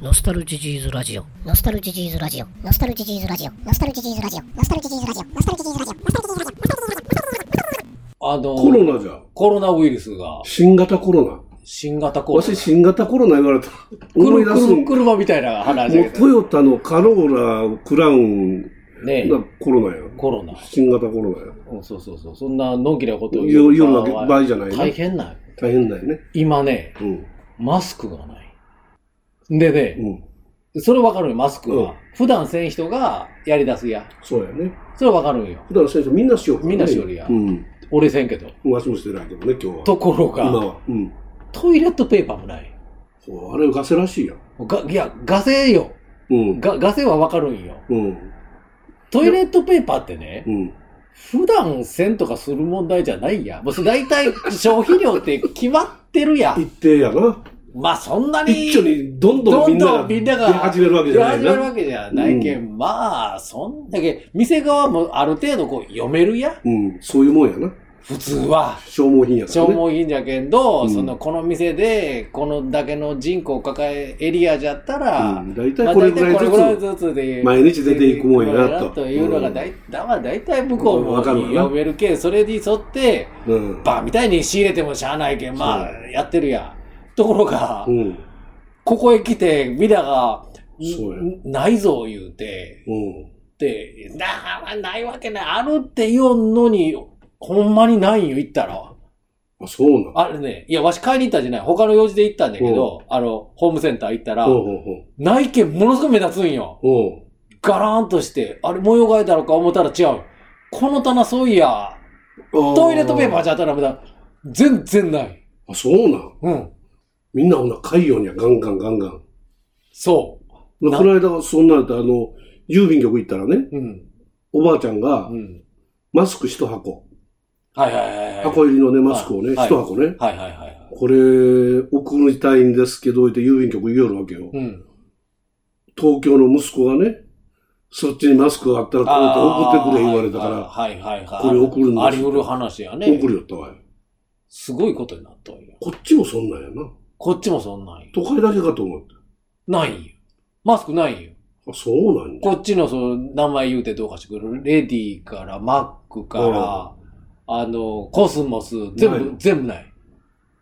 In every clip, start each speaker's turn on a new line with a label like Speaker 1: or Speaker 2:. Speaker 1: ノスタルジジーズラジオ。
Speaker 2: ノスタルジジーズラジオ。ノスタルジジーズラジオ。ノスタルジジーズラジオ。ノスタルジジーズラジオ。ノスタルジジーズラジオ。ノスタルジジーズラジオ。
Speaker 3: あの、
Speaker 4: コロナじゃん。
Speaker 3: コロナウイルスが、
Speaker 4: 新型コロ
Speaker 3: 新型
Speaker 4: ナ。
Speaker 3: コロ
Speaker 4: わ
Speaker 3: ナ。
Speaker 4: し新型コロナ言 われたら思い出すん。も
Speaker 3: 車みたいな話だけ
Speaker 4: うト
Speaker 3: ど。
Speaker 4: ヨタのカローラ、クラウン
Speaker 3: ねえ
Speaker 4: がコロナや。
Speaker 3: コロナ。
Speaker 4: 新型コロナや。
Speaker 3: うんそうそうそう。そんな、のんきなことを
Speaker 4: 言う
Speaker 3: う
Speaker 4: よう
Speaker 3: の
Speaker 4: な場合じゃないね
Speaker 3: 大変なんよ
Speaker 4: 大変だよね。
Speaker 3: 今ね、
Speaker 4: うん。
Speaker 3: マスクがない。でね、
Speaker 4: うん。
Speaker 3: それわかるよ、マスク
Speaker 4: う
Speaker 3: は
Speaker 4: ん。
Speaker 3: 普段せん人がやり出すや。
Speaker 4: そうやね。
Speaker 3: それわかるよ。
Speaker 4: 普段先生みんなしようから
Speaker 3: み
Speaker 4: ね
Speaker 3: んなしよるや
Speaker 4: うん。
Speaker 3: 俺せんけど。
Speaker 4: わしもしてないけどね、今日は。
Speaker 3: ところ
Speaker 4: 今
Speaker 3: が、
Speaker 4: は。うん。
Speaker 3: トイレットペーパーもない。
Speaker 4: そうあれガセらしいやん。
Speaker 3: が、いや、ガセよ。
Speaker 4: うん。
Speaker 3: が、ガセはわかるんよ。
Speaker 4: うん。
Speaker 3: トイレットペーパーってね
Speaker 4: う、ん。
Speaker 3: 普段せんとかする問題じゃないやん。もう大体消費量って決まってるや
Speaker 4: 一
Speaker 3: ん。
Speaker 4: 定やな。
Speaker 3: まあそんなに。
Speaker 4: 一挙にどんどんみんなが
Speaker 3: みんなが
Speaker 4: 出始めるわけじゃない
Speaker 3: 出始める
Speaker 4: な。
Speaker 3: わけじゃないけん、まあ、そんだけ、店側もある程度こう読めるや。
Speaker 4: うん。そういうもんやな。
Speaker 3: 普通は。
Speaker 4: 消耗品やから
Speaker 3: 消
Speaker 4: ね。
Speaker 3: 耗品じゃけんど、
Speaker 4: うん
Speaker 3: その、この店で、このだけの人口を抱え、エリアじゃったら、
Speaker 4: うん大体これぐら
Speaker 3: まあ大
Speaker 4: いずつ
Speaker 3: 体これぐらいずつで
Speaker 4: 毎日出ていくもんやな
Speaker 3: 出
Speaker 4: と
Speaker 3: ていくもんいうのがだい、だまあ大体向こう
Speaker 4: うん
Speaker 3: も
Speaker 4: わかるわな
Speaker 3: 読めるけん、それに沿って、
Speaker 4: うん。
Speaker 3: バーみたいに仕入れてもしゃあないけん、まあ、やってるやん。ところが、
Speaker 4: うん。
Speaker 3: ここへ来て、みんなが、
Speaker 4: そうや
Speaker 3: んないぞ言うて、
Speaker 4: うん。
Speaker 3: で、なあ、ないわけない、あるって言おんのに、ほんまにないんよ、言ったら。
Speaker 4: あ、そうなの
Speaker 3: あれね、いや、わし買いに行ったんじゃない。他の用事で行ったんだけど、あの、ホームセンター行ったら、
Speaker 4: ほうほうほ
Speaker 3: ないけんものすごい目立つんよ。
Speaker 4: う。ほ
Speaker 3: ガラーンとして、あれ模様替えたのか思ったら違う。この棚そういや、
Speaker 4: う
Speaker 3: トイレットペーパー
Speaker 4: じ
Speaker 3: じゃったらまだ、全然ない。
Speaker 4: ゃ。あ、そうなん
Speaker 3: うん。
Speaker 4: みんなほな、海洋にはガンガンガンガン。
Speaker 3: そ
Speaker 4: こ
Speaker 3: な
Speaker 4: の間、そんなんやったらあの、郵便局行ったらね、
Speaker 3: う。うん。
Speaker 4: おばあちゃんが
Speaker 3: う、ん。
Speaker 4: マスク一箱。
Speaker 3: はいはいはいはい。
Speaker 4: 箱入りのね、マスクをね、
Speaker 3: はい
Speaker 4: 一箱ね。
Speaker 3: はいはいはいはい。
Speaker 4: これ、送りたいんですけど、って郵便局言うよるわけよ。
Speaker 3: うん。
Speaker 4: 東京の息子がね、そっちにマスクがあったら、こうやって送ってくれ言われたか
Speaker 3: はいはいはい。
Speaker 4: これ送るんですよ
Speaker 3: あり得る話や
Speaker 4: ら、
Speaker 3: ね
Speaker 4: 送。るよったわよ。
Speaker 3: すごいことになったんよ。
Speaker 4: こっちもそんなんやな。
Speaker 3: こっちもそんなんよ。
Speaker 4: 都会だけかと思って。
Speaker 3: ないんよ。マスクないんよ。
Speaker 4: あ、そうなんや。
Speaker 3: こっちのその名前言うてどうかしてくる。レディーから、マックから、
Speaker 4: うん
Speaker 3: あの、コスモス、全
Speaker 4: な
Speaker 3: 部
Speaker 4: いの、
Speaker 3: 全部ない。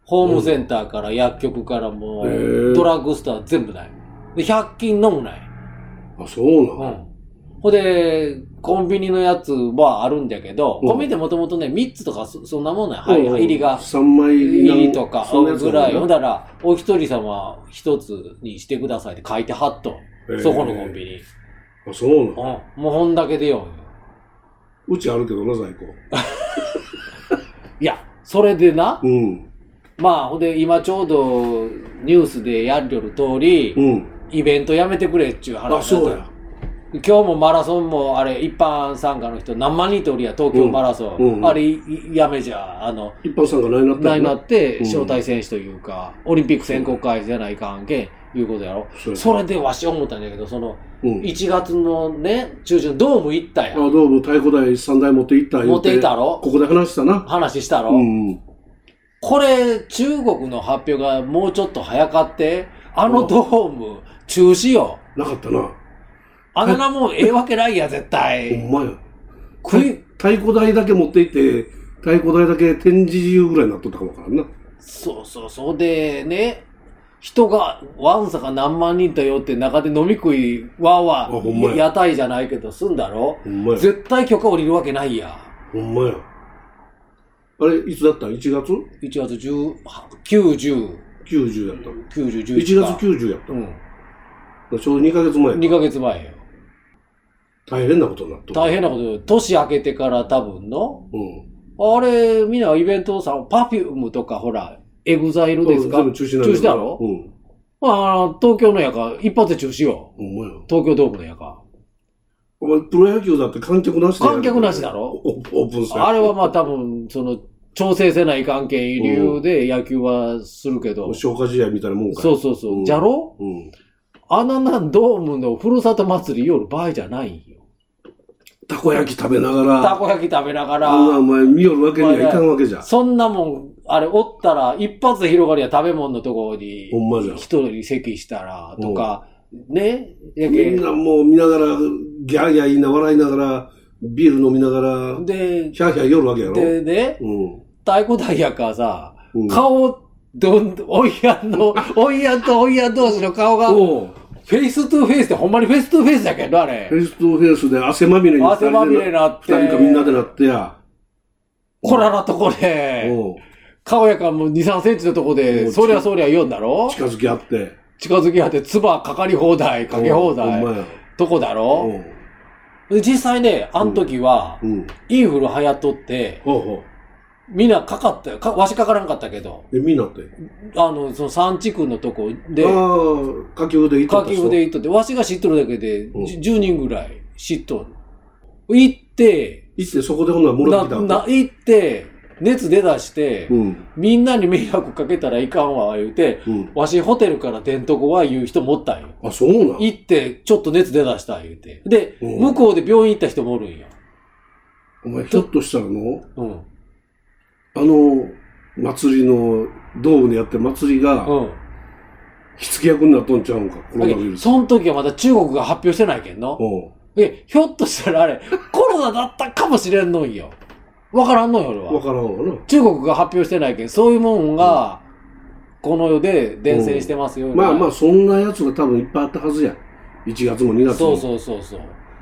Speaker 3: ホームセンターから薬局からも
Speaker 4: へ
Speaker 3: う、
Speaker 4: ー
Speaker 3: ドラッグストア全部ない。で、100均のもない。
Speaker 4: あ、そう
Speaker 3: う
Speaker 4: なん。
Speaker 3: ん。ほんで、コンビニのやつはあるんだけど、
Speaker 4: うん
Speaker 3: コンビニってもともとね、3つとかそそんなもんない。はい、入りが。
Speaker 4: 3枚
Speaker 3: 入りとか、
Speaker 4: そんなやつ
Speaker 3: ぐらい。ほん
Speaker 4: だ
Speaker 3: だら、お一人様一つにしてくださいって書いてはっと
Speaker 4: もんな。
Speaker 3: そこのコン
Speaker 4: へ
Speaker 3: ビニ。
Speaker 4: えあ、そうな。
Speaker 3: うんん。もうほんだけでよ。
Speaker 4: うちあるけどな、在庫。
Speaker 3: いや、それでな、
Speaker 4: うん。
Speaker 3: まあ、ほんで、今ちょうど、ニュースでやりよる通り、
Speaker 4: うん。
Speaker 3: イベントやめてくれっちゅう
Speaker 4: あ、
Speaker 3: 話だっ
Speaker 4: そ
Speaker 3: た
Speaker 4: う
Speaker 3: よ
Speaker 4: や。
Speaker 3: 今日もマラソンも、あれ、一般参加の人、何万人っておりや、東京マラソン。
Speaker 4: うんうんうん
Speaker 3: あれ、いやめじゃ、あの、
Speaker 4: 一般参加ないなった
Speaker 3: な
Speaker 4: よ
Speaker 3: いなって、
Speaker 4: うん
Speaker 3: 招待選手というか、オリンピック選考会じゃない関係、いうことやろ。
Speaker 4: そうや
Speaker 3: それでわし思ったんだけど、その、
Speaker 4: うん。
Speaker 3: 1月のね、中旬、ドーム行った
Speaker 4: あ、
Speaker 3: やん。
Speaker 4: どうも太鼓台三台持って行った言
Speaker 3: 持
Speaker 4: う
Speaker 3: っていたろ
Speaker 4: ここで話したな。
Speaker 3: 話したろ、
Speaker 4: うん。
Speaker 3: これ、中国の発表がもうちょっと早かって、あのドーム、中止よ。
Speaker 4: なかったな。
Speaker 3: あんなもん、ええわけないや、絶
Speaker 4: ほ
Speaker 3: 対。
Speaker 4: んまや。
Speaker 3: 食い、
Speaker 4: 太鼓台だけ持って行って、太鼓台だけ展示自由ぐらいになっとったかもわからんな。
Speaker 3: そうそうそうで、ね、人が、わんさか何万人とよって中で飲み食い、わーわ
Speaker 4: あほんま
Speaker 3: ー、
Speaker 4: や
Speaker 3: 屋台じゃないけど、すんだろ
Speaker 4: ほんまや。
Speaker 3: 絶対許可降りるわけないや。
Speaker 4: ほんまや。あれ、いつだった ?1 月
Speaker 3: 1月10、90、
Speaker 4: ?90 やった。
Speaker 3: 90、11
Speaker 4: 1月90やっ
Speaker 3: うん。
Speaker 4: た。ちょうど2ヶ月前。
Speaker 3: 2ヶ月前よ。
Speaker 4: 大変なことになっとった。
Speaker 3: 大変なことよ。年明けてから多分の。
Speaker 4: うん。
Speaker 3: あれ、みんなイベントさ、パフュームとかほら、エグザイルですか、
Speaker 4: 全部中止になる
Speaker 3: 中止だろ
Speaker 4: うん。
Speaker 3: ああ、東京のやか、一発で中止よ。
Speaker 4: ほんまや。
Speaker 3: 東京ドームのやか。
Speaker 4: お前、プロ野球だって観客なしでやる
Speaker 3: 観客なしだろ
Speaker 4: オオープン戦。
Speaker 3: あれはまあ多分、その、調整せない関係理由で野球はするけど。
Speaker 4: 消化試合みたいなもんかい。
Speaker 3: そうそうそうう。
Speaker 4: ん
Speaker 3: じゃろ
Speaker 4: うん。
Speaker 3: あんなドームのふるさと祭り夜場合じゃないんよ。
Speaker 4: たこ焼き食べながら、
Speaker 3: たこ焼き食べながら
Speaker 4: あ、んなお前見よるわけにはいかんわけじゃ。
Speaker 3: そんなもん、あれ、おったら、一発で広がりや食べ物のところに、
Speaker 4: ほんまじゃ
Speaker 3: 一人席したら、とか、ね、や
Speaker 4: み
Speaker 3: け
Speaker 4: んなもう見ながら、ギャーギャー言いな、笑いながら、ビール飲みながら、
Speaker 3: で、
Speaker 4: キャーキャー夜わけやろ。
Speaker 3: でね、
Speaker 4: うん。
Speaker 3: 太鼓台やからさ、
Speaker 4: うん
Speaker 3: 顔、どん、おいやんの、おいやんとおいやん同士の顔が、フ
Speaker 4: おう
Speaker 3: ェイストゥフェイスってほんまにフェイストゥフェイスやけど、あれ
Speaker 4: フ。ェイスとフェイスで汗まみれに二人
Speaker 3: 汗
Speaker 4: で
Speaker 3: まみれになって
Speaker 4: 二人かみんなでなってや。
Speaker 3: こらなとこで、
Speaker 4: おう
Speaker 3: 顔やからもう2、3センチのとこ
Speaker 4: も
Speaker 3: で、
Speaker 4: う
Speaker 3: そりゃそりゃ言うんだろ
Speaker 4: 近づき合って。
Speaker 3: 近づきあって、唾かかり放題、かけ放
Speaker 4: おうほん
Speaker 3: 題、
Speaker 4: まや。
Speaker 3: とこだ
Speaker 4: お
Speaker 3: ろ
Speaker 4: う
Speaker 3: で実際ね、あの時は
Speaker 4: う、ん。
Speaker 3: インフル流行っとって、
Speaker 4: ほうほ
Speaker 3: みんなかかったよ。かわしかからんかったけど、
Speaker 4: う。え、みんなって。
Speaker 3: あの、その三地区のとこで
Speaker 4: あ、あ、下級で行っと
Speaker 3: 書
Speaker 4: った
Speaker 3: き
Speaker 4: 人。
Speaker 3: で行っとって、わしが知っとるだけで、
Speaker 4: うん
Speaker 3: じゅ10人ぐらい知っとる。行って、
Speaker 4: 行ってそこでほんならもら
Speaker 3: な、
Speaker 4: ってきた
Speaker 3: な、行って、熱出だして、
Speaker 4: うん。
Speaker 3: みんなに迷惑かけたらいかんわ、言うて、
Speaker 4: うん。
Speaker 3: わしホテルから出んとこは言う人もおったんよ。
Speaker 4: あ、そうなん
Speaker 3: 行って、ちょっと熱出だした、言うて。で、
Speaker 4: うん
Speaker 3: 向こうで病院行った人もおるんよ。
Speaker 4: お前、ひょっとしたらの、
Speaker 3: うん。
Speaker 4: あの、祭りの、道具でやってる祭りが、
Speaker 3: うん。
Speaker 4: 火付け役になっとんちゃうんか、コロ
Speaker 3: だ
Speaker 4: ナ
Speaker 3: け
Speaker 4: ウイ
Speaker 3: ど
Speaker 4: ルス。
Speaker 3: その時はまだ中国が発表してないけんの。
Speaker 4: おう
Speaker 3: え、ひょっとしたらあれ、コロナだったかもしれんのんよ。わからんのよ、俺は。
Speaker 4: わからんわな。
Speaker 3: 中国が発表してないけど、そういうもんが、この世で伝染してますよ。
Speaker 4: まあまあ、そんなやつが多分いっぱいあったはずや。1月も2月
Speaker 3: そう
Speaker 4: も。
Speaker 3: そうそうそう。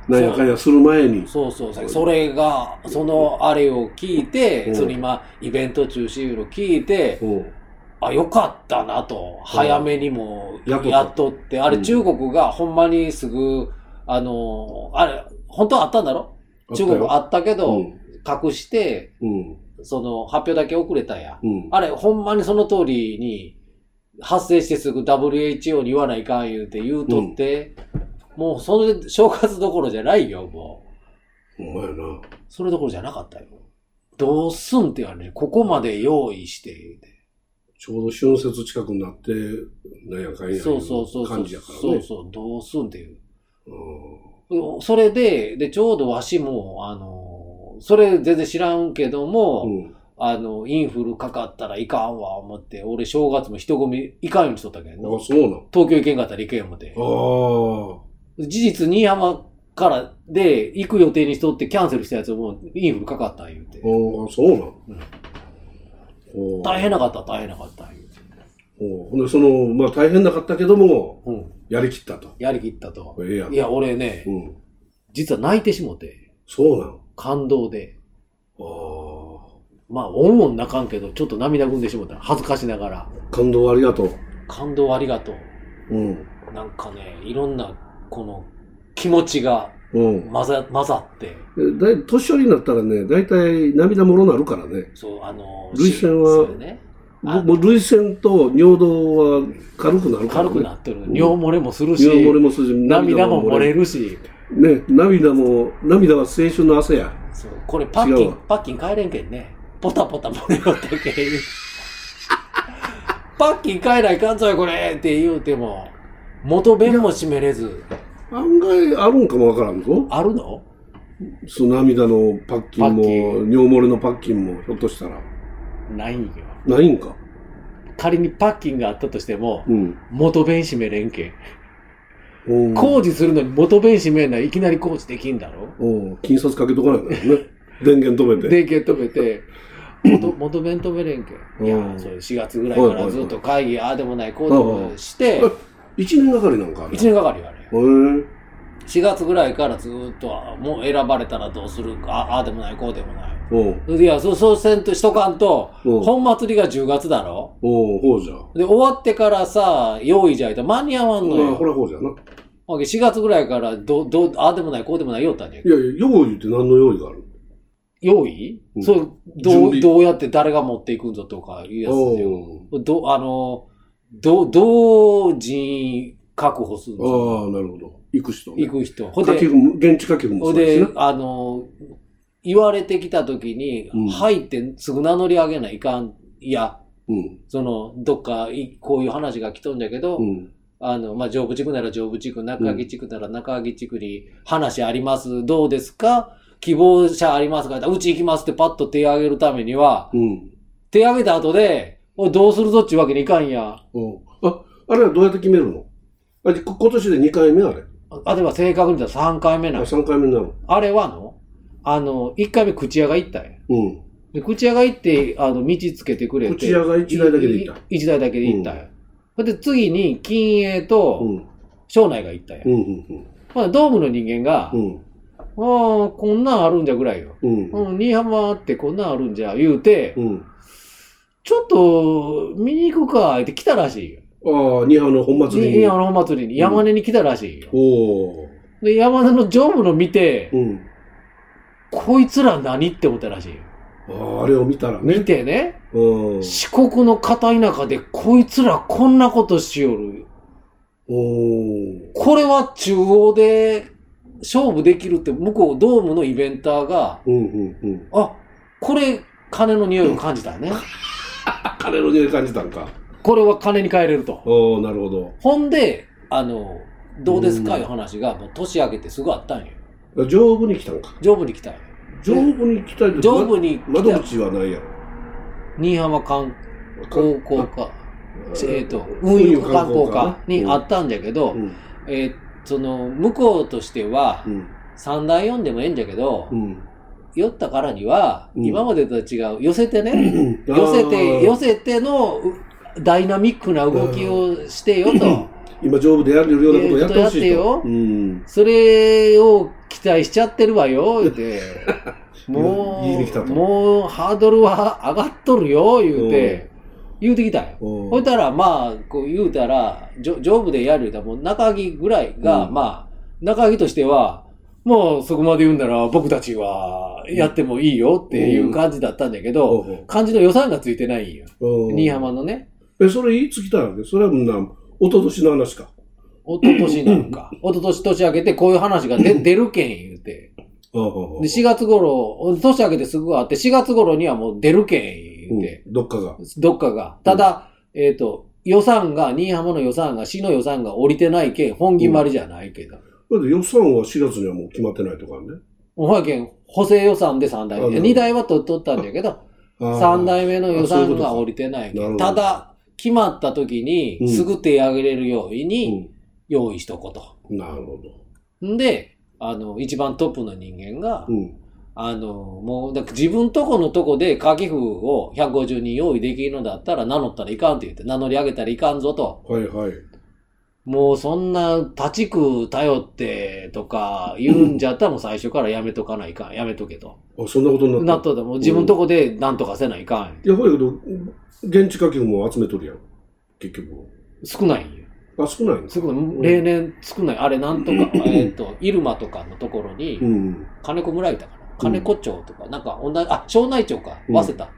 Speaker 4: なんやかんやする前に。
Speaker 3: そうそうそう。それが、そのあれを聞いて、
Speaker 4: うん
Speaker 3: その今、イベント中止を聞いて、
Speaker 4: おう
Speaker 3: あ、よかったなと、早めにも
Speaker 4: やっとった
Speaker 3: やっとって、あれ
Speaker 4: うん
Speaker 3: 中国がほんまにすぐ、あの、あれ、本当はあったんだろ中国あ
Speaker 4: っ
Speaker 3: ったけ
Speaker 4: たよ
Speaker 3: ど、隠して、
Speaker 4: うん。うん。
Speaker 3: その発表だけ遅れたんや。
Speaker 4: うん。
Speaker 3: あれ、ほんまにその通りに、発生してすぐ WHO に言わないかん言うて言うとって、もうそれ、正月どころじゃないよ、も
Speaker 4: お前やな。
Speaker 3: う。それどころじゃなかったよ。どうすんって言われるここまで用意して、言うて。
Speaker 4: ちょうど春節近くになって、なんやかんやいう
Speaker 3: そうそうそうそう。
Speaker 4: 感じやからね。
Speaker 3: そうそう、どうすんっていう。
Speaker 4: うん
Speaker 3: それで、で、ちょうどわしも、あの、それ全然知らんけども、
Speaker 4: うん。
Speaker 3: あの、インフルかかったらいかんわ、思って、俺正月も人混みいかんようにしとったけど、
Speaker 4: あ、そうなん。
Speaker 3: 東京行けんかったら行けん思って。
Speaker 4: あ
Speaker 3: 事実、新居浜からで行く予定にしとってキャンセルしたやつもインフルかかった言うて。
Speaker 4: あ、ああ、そうな
Speaker 3: う
Speaker 4: ん
Speaker 3: ん。
Speaker 4: おう
Speaker 3: 大変なかった、大変なかった言うて。
Speaker 4: おうほんで、その、まあ大変なかったけども、
Speaker 3: うん。
Speaker 4: やりきったと。
Speaker 3: やりきったと。
Speaker 4: ええやん。
Speaker 3: いや、俺ね
Speaker 4: う、ん。
Speaker 3: 実は泣いてしもて、
Speaker 4: そうなん。あ
Speaker 3: 感動で。
Speaker 4: あ。
Speaker 3: まあ、おんおん泣かんけど、ちょっと涙ぐんでしもた。恥ずかしながら。
Speaker 4: 感動ありがとう。
Speaker 3: 感動ありがと
Speaker 4: うん。
Speaker 3: う。なんかね、いろんな、この、気持ちが
Speaker 4: うん。
Speaker 3: 混ざ、混ざって、
Speaker 4: えだい年寄りになったらね、大体涙もろなるからね。
Speaker 3: そう、あの、
Speaker 4: 涙腺は
Speaker 3: そうね、あ
Speaker 4: 僕、涙腺と尿道は軽くなるから、
Speaker 3: 軽
Speaker 4: ね。
Speaker 3: くなってる。
Speaker 4: うん
Speaker 3: 尿漏れもするし、
Speaker 4: 尿漏れもするし、
Speaker 3: 涙も漏れ
Speaker 4: る。
Speaker 3: るし。
Speaker 4: ね、涙も、涙は青春の汗や。
Speaker 3: そう、これパッキ
Speaker 4: 違う
Speaker 3: ン
Speaker 4: わ、
Speaker 3: パッキン帰れんけんね。ポタポタ漏れよったけん。 パッキン帰らいかんぞよ、これって言うても、元弁も閉めれず、
Speaker 4: 案外あるんかもわからんぞ。
Speaker 3: あるの
Speaker 4: その涙のパッキンも、
Speaker 3: パッキ
Speaker 4: 尿漏れのパッキンも、ひょっとしたら、
Speaker 3: ないんよ。
Speaker 4: ないんか。
Speaker 3: 仮にパッキンがあったとしても、
Speaker 4: うん。
Speaker 3: 元弁閉めれんけん。
Speaker 4: うん
Speaker 3: 工事するのに元弁閉めんない、いきなり工事できんだろ
Speaker 4: うん。金札かけとかないからね。電源止めて。
Speaker 3: 電源止めて、元元弁止めれんけん。いや
Speaker 4: う、ん
Speaker 3: それ4月ぐらいからずっと会議、ああでもない、こうでもないして、
Speaker 4: 一年がかりなんかある。
Speaker 3: 1年がかりはね。
Speaker 4: へえ。
Speaker 3: 4月ぐらいからずーっと、あもう選ばれたらどうするか、ああでもない、こうでもない。
Speaker 4: うん。
Speaker 3: いや、そう、そうせんとしとかんと、
Speaker 4: うん
Speaker 3: 本祭りが10月だろ
Speaker 4: うん、ほうじゃ。
Speaker 3: で、終わってからさ、用意じゃいと間に合わんの
Speaker 4: まあ、ほ
Speaker 3: よ。
Speaker 4: らほうじゃな。
Speaker 3: ほんで4月ぐらいから、ど、ど、ああでもない、こうでもないよったんじゃん
Speaker 4: い。やいや、用意って何の用意がある
Speaker 3: 用意、
Speaker 4: うん
Speaker 3: そう、
Speaker 4: 準
Speaker 3: どう、
Speaker 4: 備
Speaker 3: どうやって誰が持っていくんぞとかいうやつだよ。
Speaker 4: うん
Speaker 3: ど、あの、ど、どう人員確保するんぞ。
Speaker 4: ああ、なるほど。行く人、ね。
Speaker 3: 行く人。ほん
Speaker 4: か
Speaker 3: で
Speaker 4: き、雲現地かき雲も
Speaker 3: ほ
Speaker 4: そ
Speaker 3: ん
Speaker 4: うです
Speaker 3: で
Speaker 4: ね。、
Speaker 3: あの、言われてきたときに、
Speaker 4: うん
Speaker 3: 入ってすぐ名乗り上げないかん、いや、
Speaker 4: うん。
Speaker 3: その、どっかい、こういう話が来とんだけど、
Speaker 4: うん。
Speaker 3: あの、まあ、上部地区なら上部地区、中木地区なら中木地区に話あります、どうですか希望者ありますかうち行きますってパッと手を挙げるためには、
Speaker 4: うん。
Speaker 3: 手挙げた後で、おいどうするぞっちゅうわけにいかんや。
Speaker 4: うんあ、あれはどうやって決めるのあれ、こ今年で2回目あれ。
Speaker 3: あ、では正確に言ったら3回目なの。
Speaker 4: 3回目なの。
Speaker 3: あれはの、あの、1回目口屋が行ったんや。
Speaker 4: うん。
Speaker 3: で、口屋が行って、あの、道つけてくれて。
Speaker 4: 口屋が一台だけで行った
Speaker 3: い。一台だけで行ったんや。それで次に、金栄と
Speaker 4: う、ん。
Speaker 3: 庄内が行ったんや
Speaker 4: う。ん。うん。
Speaker 3: まあ、ドームの人間が、
Speaker 4: う
Speaker 3: あ
Speaker 4: ん。
Speaker 3: あ、こんなんあるんじゃぐらいよ。
Speaker 4: うん。
Speaker 3: うん、新居浜ってこんなんあるんじゃ、言うて、
Speaker 4: うん。
Speaker 3: ちょっと、見に行くか、って来たらしいよ。
Speaker 4: ああ、ニハの本祭り
Speaker 3: 新
Speaker 4: に。
Speaker 3: 居浜祭りに、山根に来たらしいよ。
Speaker 4: おお。
Speaker 3: で、山根の常務の見て、
Speaker 4: うん。
Speaker 3: こいつら何って思ったらしいよ。
Speaker 4: ああ、あれを見たら
Speaker 3: 見
Speaker 4: ね。
Speaker 3: てね、
Speaker 4: うん。
Speaker 3: 四国の片田舎でこいつらこんなことしよる。
Speaker 4: おー
Speaker 3: これは中央で勝負できるって向こうドームのイベンターが、
Speaker 4: うんうんうん。
Speaker 3: あ、これ金の匂いを感じたね。
Speaker 4: あ、金の匂い感じたんか。
Speaker 3: これは金に変えれると。
Speaker 4: おおなるほど。
Speaker 3: ほんで、あの、どうですか
Speaker 4: うん
Speaker 3: いう話がもう年明けてすぐあったんよ。
Speaker 4: 上部に来たんか。
Speaker 3: 上部に来たんよ。
Speaker 4: 上部に来たけど
Speaker 3: 上部に来
Speaker 4: 窓
Speaker 3: た
Speaker 4: 口はないやろ。
Speaker 3: 新居浜観光公課、えっ、と、運
Speaker 4: 運
Speaker 3: 輸
Speaker 4: 輸
Speaker 3: 観
Speaker 4: 観
Speaker 3: 光課
Speaker 4: 光課
Speaker 3: にあったんじゃけど、
Speaker 4: うん。
Speaker 3: えーその、向こうとしては
Speaker 4: う、ん。
Speaker 3: 三段読んでもええんじゃけど、
Speaker 4: うん。
Speaker 3: 酔ったからには、
Speaker 4: うん
Speaker 3: 今までとは違う、寄せてね、
Speaker 4: あー
Speaker 3: 寄せて、寄せてのうダイナミックな動きをしてよと、
Speaker 4: 今、上部でやるようなことをやってほしい
Speaker 3: いややっ
Speaker 4: と。
Speaker 3: て
Speaker 4: うん。
Speaker 3: それを期待しちゃってるわよ、言うて、も
Speaker 4: 言いに来
Speaker 3: う
Speaker 4: た、と
Speaker 3: もうハードルは上がっとるよ、言うて、言うてきたよ。
Speaker 4: うん
Speaker 3: ほいたら、まあ、こう言うたら、ジョジョブでやる言うたら、もう中木ぐらいが、
Speaker 4: うん
Speaker 3: まあ、中木としては、もうそこまで言うんなら僕たちはやってもいいよっていう感じだったんだけど、感じの予算がついてないんよ。
Speaker 4: うん
Speaker 3: 新居浜のね、
Speaker 4: え、それいつ来たわけそれはもうな、一昨年の話か。
Speaker 3: 一昨年なん か、一昨年年明けてこういう話が出出るけん言うて、
Speaker 4: ああ
Speaker 3: で4月頃、年明けてすぐあって、4月頃にはもう出るけん言うて、
Speaker 4: うんどっかが。
Speaker 3: どっかが。ただ、えっ、と、予算が、新居浜の予算が、市の予算が降りてないけん、本決まりじゃないけど。
Speaker 4: だって予算は4月にはもう決まってないとかね。
Speaker 3: おはけん、補正予算で3台
Speaker 4: あなる
Speaker 3: 目。
Speaker 4: ほど
Speaker 3: 2台は取っとったんだけど、3
Speaker 4: 代
Speaker 3: 台目の予算が降りてないけ
Speaker 4: あそうい
Speaker 3: ん
Speaker 4: うことか
Speaker 3: ただ、決まった時
Speaker 4: う
Speaker 3: に、
Speaker 4: ん
Speaker 3: すぐ手上げれるように、
Speaker 4: う
Speaker 3: 用意しとこうと。
Speaker 4: ん。なるほど。
Speaker 3: んで、あの、一番トップの人間が、
Speaker 4: うん。
Speaker 3: あの、もう、だから自分とこのとこで、家計譜を150人用意できるのだったら、名乗ったらいかんって言って、名乗り上げたらいかんぞと。
Speaker 4: はいはい。
Speaker 3: もうそんな、パチク頼ってとか言うんじゃったらもう最初からやめとかないかん。やめとけと。
Speaker 4: あ、そんなことにな
Speaker 3: な
Speaker 4: っ。
Speaker 3: ったとだもう自分とこでなんとかせないかん。
Speaker 4: いや、ほやけど、現地家計も集めとるやん。結局。
Speaker 3: 少ないんよ。
Speaker 4: あ、少ないの
Speaker 3: 少ない。例年少ない。あれなんとか、えっと、入間とかのところ
Speaker 4: う
Speaker 3: に、
Speaker 4: ん。
Speaker 3: 金子村いたかな。金子町とか、なんか同じ、あ、町内町か。
Speaker 4: うん
Speaker 3: 早稲田。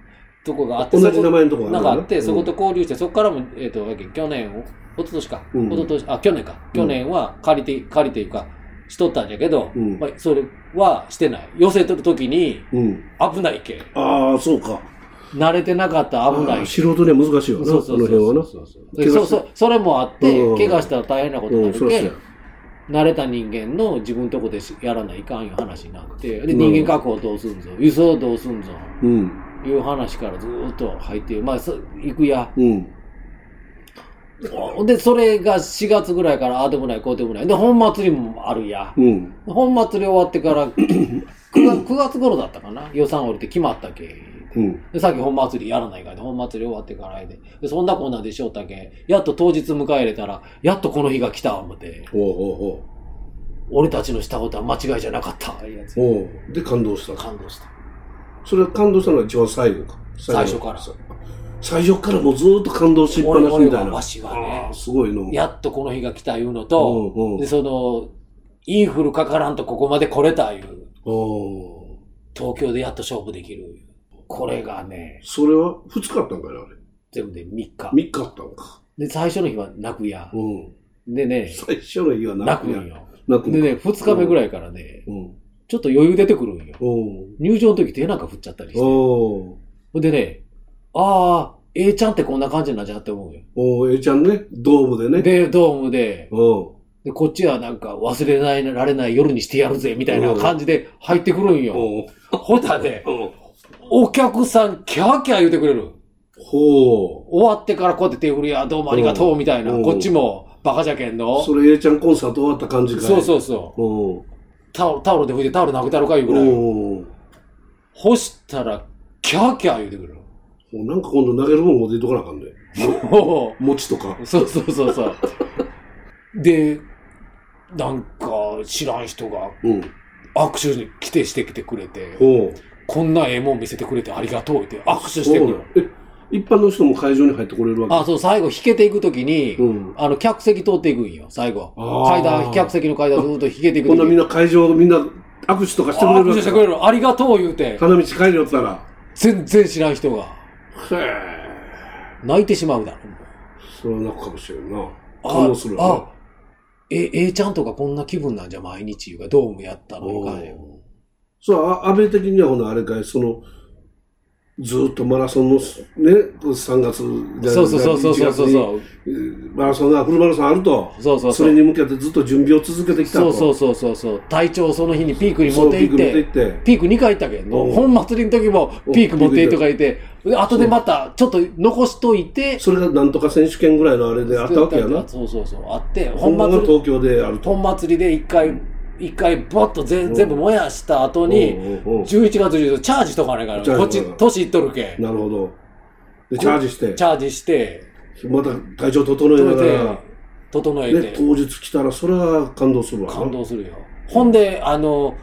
Speaker 3: とこがあって、
Speaker 4: 同じ名
Speaker 3: そこ
Speaker 4: 前のとこが
Speaker 3: なんかあって、そこと
Speaker 4: か。
Speaker 3: 交流して、そこからも、えっと、やけん去年を、一昨年か。
Speaker 4: うん
Speaker 3: 一昨年、あ、去年か。去年は借りて、借りていうか、しとったんやけど、
Speaker 4: うん
Speaker 3: まあ、それはしてない。寄せとるときに
Speaker 4: うん。
Speaker 3: 危ないけん。
Speaker 4: ああ、そうか。
Speaker 3: 慣れてなかったら危ない
Speaker 4: あー
Speaker 3: けん
Speaker 4: 素人には難しいよな、
Speaker 3: そうそうそう
Speaker 4: この辺はな。
Speaker 3: そうそう
Speaker 4: 怪我し
Speaker 3: そうそうそれもあって、
Speaker 4: うん
Speaker 3: 怪我したら大変なことに
Speaker 4: う、
Speaker 3: なんる
Speaker 4: そら
Speaker 3: け
Speaker 4: そ
Speaker 3: ん
Speaker 4: や。
Speaker 3: 慣れた人間の自分とこでしやらないかんいう話になって、で、
Speaker 4: うん
Speaker 3: 人間確保どうすんぞ、輸送どうすんぞ、
Speaker 4: うん。
Speaker 3: いう話からずーっと入って、まあ、そ行くや。
Speaker 4: うん。
Speaker 3: で、それが4月ぐらいから、ああでもない、こうでもない。で、本祭りもあるや。
Speaker 4: うん。
Speaker 3: 本祭り終わってから、9月 ,9 月頃だったかな予算降りて決まったけん。
Speaker 4: うん。
Speaker 3: で、さっき本祭りやらないかいで、本祭り終わってからやで。で、そんなこんなんでしょうたけん。やっと当日迎え入れたら、やっとこの日が来た、思って。
Speaker 4: おうおう
Speaker 3: 俺たちのしたことは間違いじゃなかった。いうやつ
Speaker 4: おうおうで、感動した。
Speaker 3: 感動した。
Speaker 4: それは感動したのが一番最後か。
Speaker 3: 最初から。
Speaker 4: 最初からもうずーっと感動しっぱなし
Speaker 3: 俺
Speaker 4: み
Speaker 3: 俺
Speaker 4: た
Speaker 3: はい
Speaker 4: な。
Speaker 3: わしはね
Speaker 4: あーすごいの。
Speaker 3: やっとこの日が来たいうの
Speaker 4: お
Speaker 3: と、
Speaker 4: うおう
Speaker 3: で、その、インフルかからんとここまで来れたいう。
Speaker 4: おう
Speaker 3: 東京でやっと勝負できるいう。これがね、
Speaker 4: それは2日あったんかいな、あれ。
Speaker 3: 全部で3日。
Speaker 4: 3日あったんか。
Speaker 3: で、最初の日は泣くや。
Speaker 4: うん。
Speaker 3: でね、
Speaker 4: 最初の日は
Speaker 3: 泣
Speaker 4: 泣
Speaker 3: く
Speaker 4: くや
Speaker 3: ん。よ。
Speaker 4: 泣く
Speaker 3: で
Speaker 4: んか。
Speaker 3: ね、2日目ぐらいからね、
Speaker 4: うん。
Speaker 3: ちょっと余裕出てくるんよ。
Speaker 4: おう
Speaker 3: 入場の時手なんか振っちゃったりして。
Speaker 4: おう
Speaker 3: ほんでね、ああ、A ちゃんってこんな感じなんじゃって思うよ。
Speaker 4: おうえいちゃんね、ドームでね。
Speaker 3: で、ドームで、
Speaker 4: おう
Speaker 3: で、こっちはなんか忘れないられない夜にしてやるぜ、みたいな感じで入ってくるんよ。
Speaker 4: おう
Speaker 3: ほたで、
Speaker 4: おう
Speaker 3: お客さん、キャーキャー言うてくれる。
Speaker 4: ほう。
Speaker 3: 終わってからこうやって手振りや、どうもありがとうみたいな、
Speaker 4: うん
Speaker 3: こっちもバカじゃけんの。
Speaker 4: それ、A ちゃんコンサート終わった感じかい
Speaker 3: そうそうそう。
Speaker 4: う。
Speaker 3: タオル、タオルで拭いてタオルなくなるかいうぐ
Speaker 4: ん。
Speaker 3: らい。
Speaker 4: うん。も
Speaker 3: 干したら、キャーキャー言うてくるの。
Speaker 4: うなんか今度投げるもんも出とかなあかんね。
Speaker 3: も
Speaker 4: 餅とか。
Speaker 3: うそうそうそうそう。で、なんか知らん人が
Speaker 4: うん。
Speaker 3: 握手に来てしてきてくれて、
Speaker 4: ほう。
Speaker 3: こんなええもん見せてくれてありがとうって握手して
Speaker 4: そ
Speaker 3: く
Speaker 4: う
Speaker 3: る
Speaker 4: な
Speaker 3: の
Speaker 4: の。え、一般の人も会場に入ってこれるわ
Speaker 3: あ、そう、最後引けていくときに、
Speaker 4: け。うん。
Speaker 3: あの、客席通っていくんよ、最後
Speaker 4: あ。
Speaker 3: 階
Speaker 4: ー
Speaker 3: 段、客席の階段ずっと引けていく
Speaker 4: こんなみん
Speaker 3: な
Speaker 4: な会場のみんな握手とかしてくれる
Speaker 3: 握手
Speaker 4: わけ
Speaker 3: してくれる。ありがとう言うて、
Speaker 4: 花道帰りよったら。
Speaker 3: 全然知らん人が、
Speaker 4: へえ。
Speaker 3: 泣いてしまうだろ。
Speaker 4: それは泣くかもしれんな。
Speaker 3: あ
Speaker 4: 感動するわな
Speaker 3: あえ、えちゃんとかこんな気分なんじゃ、毎日言うか、ドームやったの
Speaker 4: お
Speaker 3: にかん
Speaker 4: ー
Speaker 3: よ。
Speaker 4: そう、あ安倍的にはほな、あれかい、その、ずーっとマラソンの、ね、3月
Speaker 3: そうそうそうそうそうそう。
Speaker 4: 1月にマラソンが、フルマラソンあると。
Speaker 3: そうそうそう
Speaker 4: それに向けてずっと準備を続けてき
Speaker 3: そ
Speaker 4: たと。
Speaker 3: うそううそうそうそう。体調をその日にピークに持
Speaker 4: そ
Speaker 3: っ
Speaker 4: う、
Speaker 3: て
Speaker 4: ピ
Speaker 3: い
Speaker 4: ーク
Speaker 3: っ
Speaker 4: 持って
Speaker 3: て
Speaker 4: い、って。
Speaker 3: ピーク2回行ったけど、
Speaker 4: うん
Speaker 3: 本祭りの時もピーク持っていいとか言って、で後でまたちょっと残しといて、
Speaker 4: それがなんとか選手権ぐらいのあれであったわけやな。
Speaker 3: そうそうそう。あって、本
Speaker 4: 本番が
Speaker 3: 祭り、
Speaker 4: 東京であると。
Speaker 3: 本祭りで一回、一回ボッと全全部燃やした後に、
Speaker 4: うんうんうん
Speaker 3: 11月10日チャージしとかないから、
Speaker 4: チャー
Speaker 3: こっ
Speaker 4: ジし
Speaker 3: ち
Speaker 4: とかな、
Speaker 3: 年いっとるけん。
Speaker 4: なるほど。で、チャージして
Speaker 3: チ、ャージして、
Speaker 4: また体調整えなが
Speaker 3: 整え
Speaker 4: ら
Speaker 3: て、、整え
Speaker 4: ね、
Speaker 3: て、
Speaker 4: 当日来たら、それは感動するわな。
Speaker 3: 感動するよ。ほんで、あの、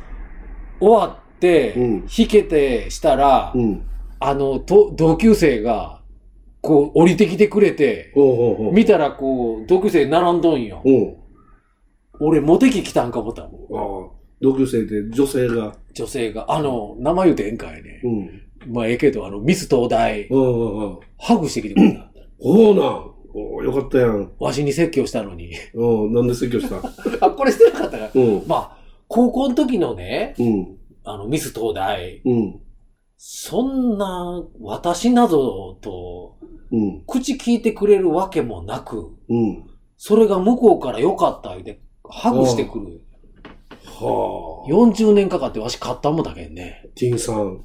Speaker 3: 終わって、
Speaker 4: うん
Speaker 3: 引けてしたら、
Speaker 4: うん。
Speaker 3: あの、と同級生が、こう、降りてきてくれて、
Speaker 4: ほうほうほう。
Speaker 3: 見たらこう、同級生並んどんよ。
Speaker 4: うん。
Speaker 3: 俺、モテ期来たんか思ったもん。
Speaker 4: ああ、同級生で女性が。
Speaker 3: 女性が。あの、名前言うてええんかいね
Speaker 4: う。ん。
Speaker 3: まあ、ええけど、あの、ミス東大、
Speaker 4: うんうんうん。
Speaker 3: ハグしてきてくれた。
Speaker 4: ほうなん。おーよかったやん。
Speaker 3: わしに説教したのに。
Speaker 4: うん。なんで説教した
Speaker 3: あ、これしてなかったか
Speaker 4: うん。
Speaker 3: まあ、高校の時のね、
Speaker 4: うん。
Speaker 3: あの、ミス東大、
Speaker 4: うん。
Speaker 3: そんな、私などと、
Speaker 4: うん。
Speaker 3: 口聞いてくれるわけもなく、
Speaker 4: うん。
Speaker 3: それが向こうから良かった言うて、ハグしてくる。
Speaker 4: は
Speaker 3: 40年かかってわし買ったもんだけんね
Speaker 4: あ。。ティンさん。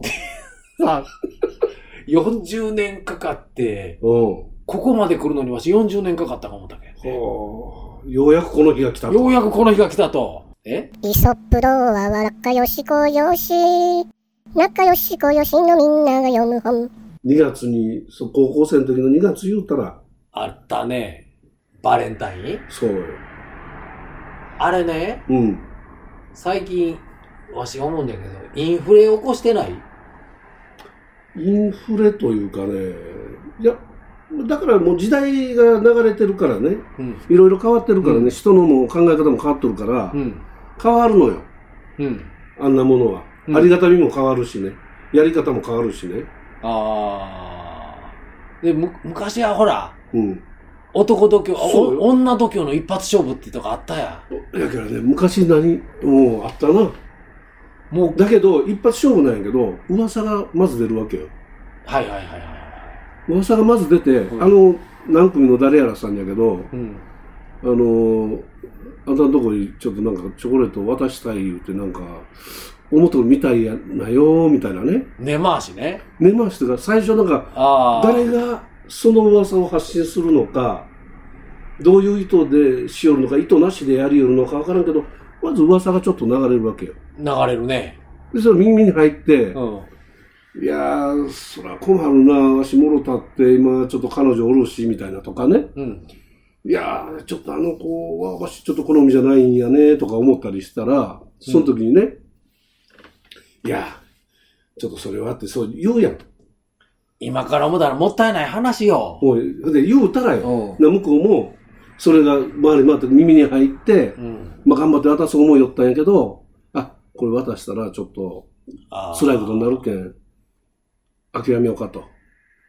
Speaker 3: 40年かかって、
Speaker 4: うん。は
Speaker 3: ここまで来るのにわし40年かかったかもだけんね。
Speaker 4: あ。ようやくこの日が来たと。
Speaker 3: ようやくこの日が来たと。え
Speaker 2: イソップ童話は仲良しこよし。仲良しこよしのみんなが読む本。
Speaker 4: 2月に、そう高校生の時の2月言うたら、
Speaker 3: あったね。バレンタイン
Speaker 4: そうよ。
Speaker 3: あれね、
Speaker 4: うん。
Speaker 3: 最近、わしが思うんだけど、インフレ起こしてない
Speaker 4: インフレというかね、いや、だからもう時代が流れてるからね、
Speaker 3: うん。
Speaker 4: いろいろ変わってるからね、
Speaker 3: うん
Speaker 4: 人のもう考え方も変わってるから、
Speaker 3: うん。
Speaker 4: 変わるのよ。
Speaker 3: うん。
Speaker 4: あんなものは。
Speaker 3: うん
Speaker 4: ありがたみも変わるしね。やり方も変わるしね。
Speaker 3: あー。で、む、昔はほら、
Speaker 4: うん。
Speaker 3: 男度胸、
Speaker 4: そうよ
Speaker 3: お女度胸の一発勝負ってとかあったや
Speaker 4: やけどね、昔何、もうあったな。
Speaker 3: ん。もう、
Speaker 4: だけど、一発勝負なんやけど、噂がまず出るわけよ。
Speaker 3: はいはいはいはいはい。
Speaker 4: 噂がまず出て、
Speaker 3: ん
Speaker 4: あの、何組の誰やらさんやけど、
Speaker 3: うん。
Speaker 4: あのーあんたのとこにちょっとなんかチョコレート渡したい言うて、なんか、表みたいやなよーみたいなね。
Speaker 3: 根回しね。
Speaker 4: 根回しというか、最初なんか、
Speaker 3: あー。
Speaker 4: 誰がその噂を発信するのか、どういう意図でしよるのか、意図なしでやりよるのか分からんけど、まず噂がちょっと流れるわけよ。
Speaker 3: 流れるね。
Speaker 4: で、それ耳に入って、
Speaker 3: うん。
Speaker 4: いやー、そら困るな、わしもろたって、今ちょっと彼女おるし、みたいなとかね。
Speaker 3: うん。
Speaker 4: いやー、ちょっとあの子は、わしちょっと好みじゃないんやね、とか思ったりしたら、その時にね、いやー、ちょっとそれはって、そう言うやん。
Speaker 3: 今から思ったらもったいない話よ。
Speaker 4: おい、で、言うたらよ。
Speaker 3: うん。
Speaker 4: で向こうも、それが周り回って耳に入って
Speaker 3: う、ん。
Speaker 4: まあ、頑張って渡そう思いよったんやけど、あ、これ渡したらちょっと
Speaker 3: あー
Speaker 4: 辛いことになるけん、諦めようかと。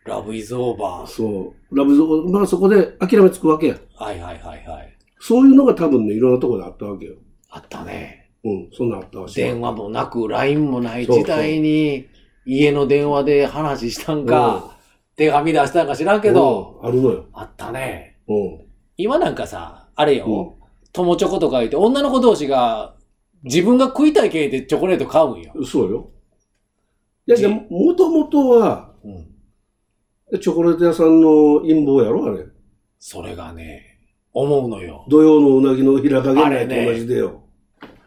Speaker 3: ラブイズオーバー。
Speaker 4: そう。ラブゾーン、まあそこで諦めつくわけや。
Speaker 3: はいはいはいはい。
Speaker 4: そういうのが多分ね、いろんなところであったわけよ。
Speaker 3: あったね。
Speaker 4: うん、そんなんあったわし。
Speaker 3: 電話もなく、LINE もない時代に、家の電話で話したんか、手紙出したんか知らん
Speaker 4: うん
Speaker 3: けど、、
Speaker 4: うんあるのよ。
Speaker 3: あったね。
Speaker 4: うん。
Speaker 3: 今なんかさ、あれ
Speaker 4: うん
Speaker 3: よ、友チョコとか言って、女の子同士が、自分が食いたい系でチョコレート買うんよ。
Speaker 4: そうよ。いや、でも、もともとは、
Speaker 3: うん。
Speaker 4: でチョコレート屋さんの陰謀やろあれ。
Speaker 3: それがね、思うのよ。
Speaker 4: 土曜のうなぎの平影
Speaker 3: あ
Speaker 4: な
Speaker 3: れ
Speaker 4: いと
Speaker 3: ね
Speaker 4: 同じでよ。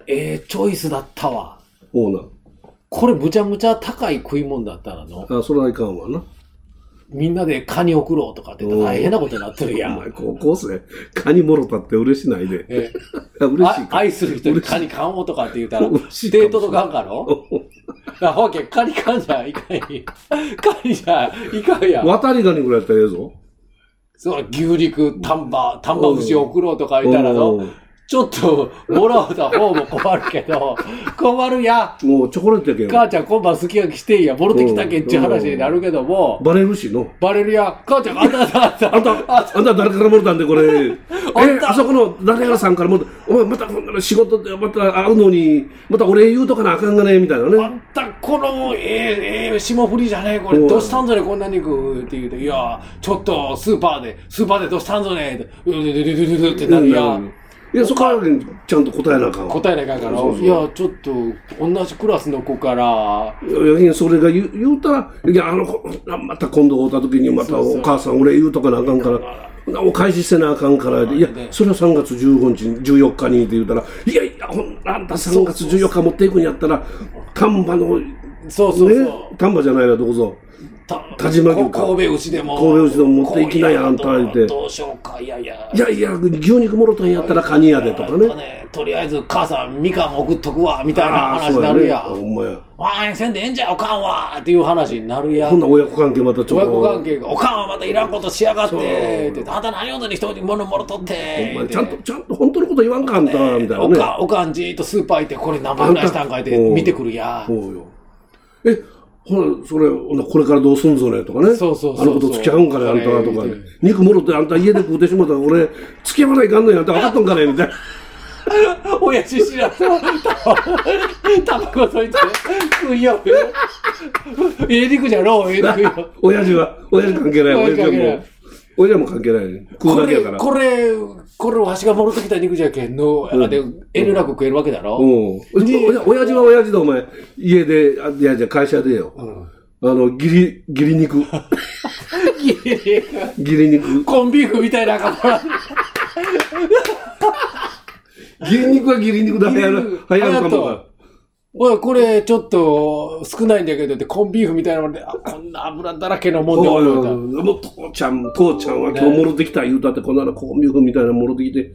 Speaker 3: ええチョイスだったわ。
Speaker 4: ほう
Speaker 3: これむちゃむちゃ高い食い物だったらの、
Speaker 4: な。あ、それはいかんわな。
Speaker 3: みんなでカニ送ろうとかって大変なことになってるや
Speaker 4: お 前
Speaker 3: ん。
Speaker 4: 高校生、カニもろたって嬉しないで。
Speaker 3: ええ
Speaker 4: あ嬉しい
Speaker 3: あ
Speaker 4: か。
Speaker 3: 愛する人にカニ買おうとかって言ったら、
Speaker 4: 嬉しいかも
Speaker 3: デートとかあんかのあ、ほけ、カニ買んじゃいかんやん。カニじゃいかんやん。
Speaker 4: 渡りガニぐらいやったらええぞ。
Speaker 3: そう、牛肉、丹波、丹波牛送ろうとか言ったら
Speaker 4: う
Speaker 3: の、
Speaker 4: ん
Speaker 3: ちょっと、もらうた方も困るけど、困るや。
Speaker 4: もうチョコレートやけ
Speaker 3: 母
Speaker 4: ん。
Speaker 3: ちゃん今晩すき焼きしてんや。ボロてきたけんっちゅう話になるけども、
Speaker 4: バレるしの。
Speaker 3: バレるや。母ちゃん、あんた、あんた、あ
Speaker 4: あん
Speaker 3: んた、
Speaker 4: た、あんた誰からもらったんで、これ。え、あそこの誰がさんからもらった。お前、またこんなの仕事で、また会うのに、またお礼言うとかなあかんがね、みたいな
Speaker 3: あ
Speaker 4: ね。
Speaker 3: んた、この、ええええ霜降りじゃねえ、これ。
Speaker 4: うん
Speaker 3: どうしたんぞね、こんな肉。って言うて、いや、ちょっと、スーパーで、スーパーでどうしたんぞね。って、うるるるるるるってなるや。
Speaker 4: いや、そこはちゃんと答えなあかんわ。
Speaker 3: 答えなきゃいかんから、
Speaker 4: そうそう
Speaker 3: いや、ちょっと、同じクラスの子から、
Speaker 4: いやいやそれが言う言うたら、いや、あの子、あまた今度会うた時に、また
Speaker 3: そうそう
Speaker 4: お母さん、俺言うとかなあかんから、お返しせなあかんから、いや、それは3月15日に、14日にって言うたら、いやいや、ほんあんた3月14日持っていくんやったら、丹波の、ね、
Speaker 3: そうそうそう。
Speaker 4: 丹波じゃないな、どこぞ。
Speaker 3: た
Speaker 4: 田島牛か
Speaker 3: 神戸牛でも
Speaker 4: 神戸牛でも持っていきなやあんた言うて
Speaker 3: どうしようかいやいや
Speaker 4: いやいや、牛肉もろたんやったらカニやでとか
Speaker 3: なん
Speaker 4: ね。
Speaker 3: とりあえず母さんみかん送っとくわみたいな話になるや
Speaker 4: あそうねほんまや。
Speaker 3: ああせんでええんじゃおかんはっていう話になるや
Speaker 4: こんな親子関係またちょっ
Speaker 3: 親
Speaker 4: と。
Speaker 3: 子関係がおかんはまたいらんことしやがって
Speaker 4: そう
Speaker 3: ってあんた何をとに人に物もろとって
Speaker 4: お前ちゃんと、ちゃんと本当のこと言わんか、あんた、みたいな
Speaker 3: お
Speaker 4: ね。
Speaker 3: かんおかんじーっとスーパー行ってこれ何倍ぐらいしたんかいって
Speaker 4: あんた
Speaker 3: 見てくるや
Speaker 4: そうよ。え、ほら、それ、ほなこれからどうすんぞねとかね。
Speaker 3: そうそうそうそう
Speaker 4: あのこと付き合うんかね、あんた
Speaker 3: それ
Speaker 4: とか
Speaker 3: 言う
Speaker 4: ね
Speaker 3: て。
Speaker 4: 肉もろってあんた家で食うてしまったら俺、付き合わないかんのやあんた分かっとんかねみた いな。
Speaker 3: 親父知らんタバコそいつ食いよる ええ肉じゃろうええ肉よ
Speaker 4: 親父は、親父関係ない。
Speaker 3: 親父
Speaker 4: 親父
Speaker 3: 関
Speaker 4: は
Speaker 3: 係ない
Speaker 4: もう、親父も関係ないね。食う
Speaker 3: こ
Speaker 4: だけ
Speaker 3: れ
Speaker 4: やから。
Speaker 3: これこれわしが戻ってきた肉じゃけんの、あで遠慮なく食えるわけだろ、
Speaker 4: うん。親親父は親父だ、お前。家で、あいや、じゃあ会社でよ。あの、ギリ、ギ リ肉。 ギリ肉。
Speaker 3: コンビーフみたいなか
Speaker 4: ギリ肉はギリ肉だ。流行る、流行るかもわからん。
Speaker 3: おいこれちょっと少ないんだけどってコンビーフみたいなもんであこんな油だらけのもんで
Speaker 4: おいおいおい
Speaker 3: 思っ
Speaker 4: もう父ちゃん、父ちゃんは今日もろてきた言うたって、こんなのコンビーフみたいなのもろてきて、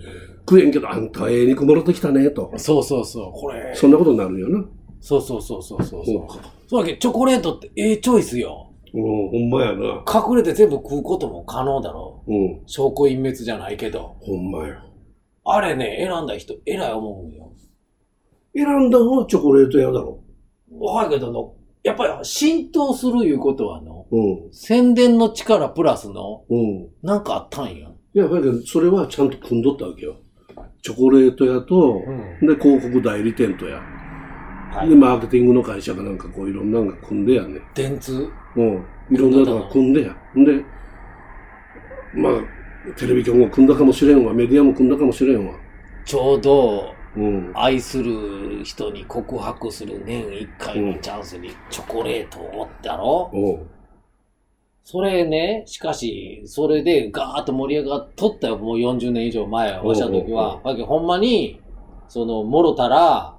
Speaker 4: 食えんけど、あんたええ肉もろてきたね、と
Speaker 3: た。そうそうそうこれ
Speaker 4: そんなことになるよな。
Speaker 3: そうそうそうそうそう
Speaker 4: そう
Speaker 3: そう
Speaker 4: か。
Speaker 3: そうだけどチョコレートってええチョイスよ
Speaker 4: うん、ほんまやな。
Speaker 3: 隠れて全部食うことも可能だろ
Speaker 4: うん、
Speaker 3: 証拠隠滅じゃないけど
Speaker 4: ほんまや。
Speaker 3: あれね選んだ人偉い思うんよ
Speaker 4: 選んだのはチョコレート屋だろ。
Speaker 3: はいけどの、やっぱり浸透するいうことはの、
Speaker 4: うん、
Speaker 3: 宣伝の力プラスの、
Speaker 4: うん。
Speaker 3: なんかあったんや。
Speaker 4: いや、だけど、それはちゃんと組んどったわけよ。チョコレート屋と、
Speaker 3: う
Speaker 4: で、広告代理店とや。
Speaker 3: は
Speaker 4: で、マーケティングの会社かなんか、こう、いろんなのが組んでやね。
Speaker 3: 電通。
Speaker 4: うん。いろんなのが組んでや。んで、まあ、テレビ局も組んだかもしれんわ。メディアも組んだかもしれんわ。
Speaker 3: ちょうど、
Speaker 4: うん。
Speaker 3: 愛する人に告白する年一回のチャンスにチョコレートをってやろ
Speaker 4: おう
Speaker 3: それね、しかし、それでガーッと盛り上がっとったよ。もう40年以上前、おっしゃる時
Speaker 4: おうおう
Speaker 3: は。だけどほんまに、その、もろたら、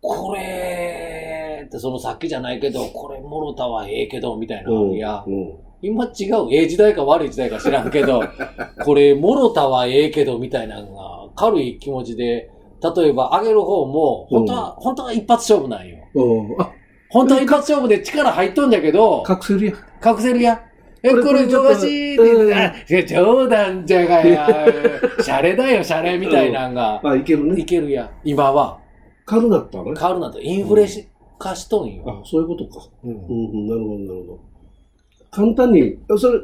Speaker 3: これって、そのさっきじゃないけど、これもろたはええけど、みたいな。
Speaker 4: おう
Speaker 3: いや、
Speaker 4: お
Speaker 3: 今違う、ええ時代か悪い時代か知らんけ ど、これ、もろたはええけど、みたいなのが、軽い気持ちで、例えば、上げる方も、本当は、本当は一発勝負なんよ。
Speaker 4: うおうあ、
Speaker 3: 本当は一発勝負で力入っとんだけど、
Speaker 4: カプセルや。
Speaker 3: カクセルや。え、
Speaker 4: これ
Speaker 3: これ、
Speaker 4: ちょっと
Speaker 3: 忙しいって言う
Speaker 4: うん
Speaker 3: て、あいや、冗談じゃが や。シャレだよ、シャレみたいなんが。
Speaker 4: あ、いける
Speaker 3: い
Speaker 4: ね。
Speaker 3: けるや。今は、
Speaker 4: 軽なったね。
Speaker 3: 変わるなんて、インフレし化しとんよ。
Speaker 4: あ、そういうことか。
Speaker 3: うん
Speaker 4: うん、うん、なるほど、なるほど。簡単に、それ、